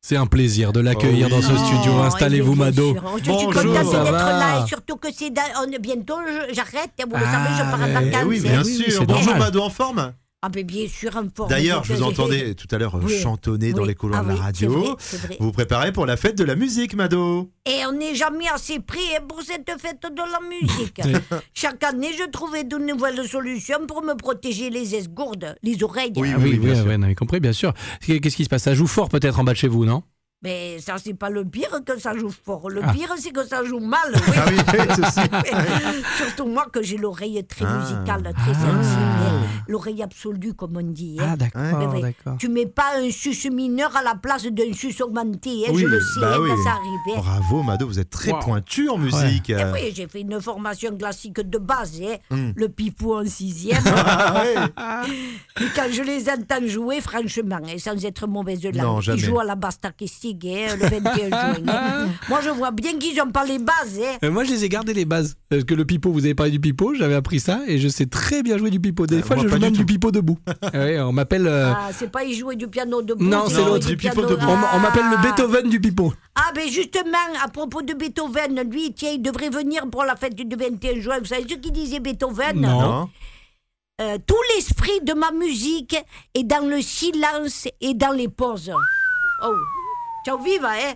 C'est un plaisir de l'accueillir Oh oui. dans ce Oh, studio. Oh, Installez-vous, et bien Mado. sûr, hein, Je Bonjour, suis contente ça d'être va là, et surtout que c'est da- on- bientôt, je- j'arrête, et vous le savez, je Ah, pars en mais- vacances. oui, Eh oui, mais bien oui, oui, sûr. c'est Bonjour normal. Mado en forme. Ah, mais bien sûr, en forme. D'ailleurs, je vous Oui. entendais tout à l'heure euh, Oui. chantonner dans Oui. les couloirs Ah de la oui, radio. c'est vrai, c'est vrai. Vous vous préparez pour la fête de la musique, Mado. Et on n'est jamais assez pris hein, pour cette fête de la musique. Chaque année, je trouvais de nouvelles solutions pour me protéger les esgourdes, les oreilles. Oui, Ah oui, oui, bien sûr. oui, on avait compris, bien sûr. Qu'est-ce qui se passe Ça joue fort peut-être en bas de chez vous, non Mais ça, c'est pas le pire que ça joue fort. Le Ah. pire, c'est que ça joue mal. oui. Ah oui, ceci. Surtout moi que j'ai l'oreille très Ah. musicale, très Ah. sensible, l'oreille absolue comme on dit. hein. Ouais. Ouais, ouais. Tu mets pas un sus mineur à la place d'un sus augmenté, hein, Oui, je le sais, bah hein, oui. quand ça arrive. hein. Bravo, Mado, vous êtes très Wow. pointu en musique. Eh euh. oui, j'ai fait une formation classique de base, hein. Hmm. le pipou en sixième. Ah ouais. Mais quand je les entends jouer, franchement, et sans être mauvaise langue, Non, jamais. ils jouent à la Bastakistig hein, le 21 juin. hein. Moi, je vois bien qu'ils n'ont pas les bases. hein. Euh, Moi, je les ai gardés les bases. Parce que le pipeau, vous avez parlé du pipeau, j'avais appris ça et je sais très bien jouer du pipeau. Des Euh, fois, moi, je pas joue du même tout. du pipeau debout. Ah ouais, on m'appelle. euh, Ah, c'est pas ils jouaient du piano debout. non, ils c'est jouaient l'autre, du pipeau piano- debout. on m- on m'appelle Ah. le Beethoven du pipeau. Ah, ben justement, à propos de Beethoven, lui, tiens, il devrait venir pour la fête du 21 juin. Vous savez ce qu'il disait Beethoven Non. Non. Euh, Tout l'esprit de ma musique est dans le silence et dans les pauses. Oh, ciao viva, hein